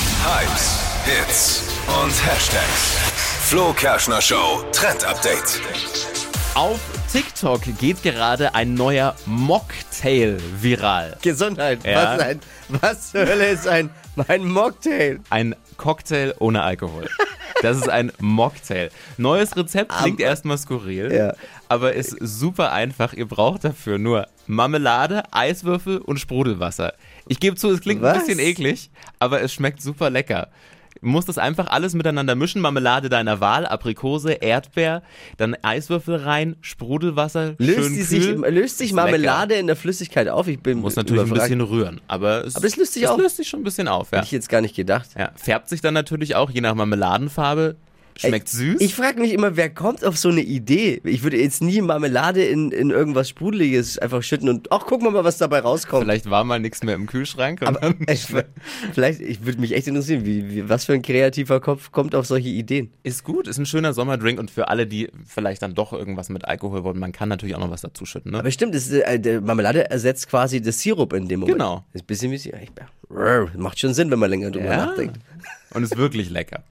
Hits, Hits und Hashtags. Flo Kerschner Show Trend Update. Auf TikTok geht gerade ein neuer Mocktail viral. Gesundheit. Ja. Was, ein, was zur Hölle ist ein, ein Mocktail? Ein Cocktail ohne Alkohol. Das ist ein Mocktail. Neues Rezept klingt erstmal skurril, Ja. aber ist super einfach. Ihr braucht dafür nur Marmelade, Eiswürfel und Sprudelwasser. Ich gebe zu, es klingt ein Was? bisschen eklig, aber es schmeckt super lecker. Du musst das einfach alles miteinander mischen. Marmelade deiner Wahl, Aprikose, Erdbeer, dann Eiswürfel rein, Sprudelwasser, Löst, schön die kühl. sich, löst sich Ist lecker. Marmelade in der Flüssigkeit auf? Ich bin Muss natürlich überfragt. ein bisschen rühren, aber es, Aber es löst sich auf. löst sich schon ein bisschen auf. Ja. Hätte ich jetzt gar nicht gedacht. ja. Färbt sich dann natürlich auch, je nach Marmeladenfarbe. Schmeckt süß. Ich frage mich immer, wer kommt auf so eine Idee? Ich würde jetzt nie Marmelade in, in irgendwas Sprudeliges einfach schütten und ach, gucken wir mal, was dabei rauskommt. Vielleicht war mal nichts mehr im Kühlschrank. Und Aber dann ich, vielleicht, ich würde mich echt interessieren, wie, wie, was für ein kreativer Kopf kommt auf solche Ideen? ist gut, ist ein schöner Sommerdrink und für alle, die vielleicht dann doch irgendwas mit Alkohol wollen, man kann natürlich auch noch was dazu schütten. Ne? Aber stimmt, das ist, äh, der Marmelade ersetzt quasi das Sirup in dem Moment. Genau. Das ist ein bisschen wie Sirup. Macht schon Sinn, wenn man länger drüber Ja. nachdenkt. Und ist wirklich lecker.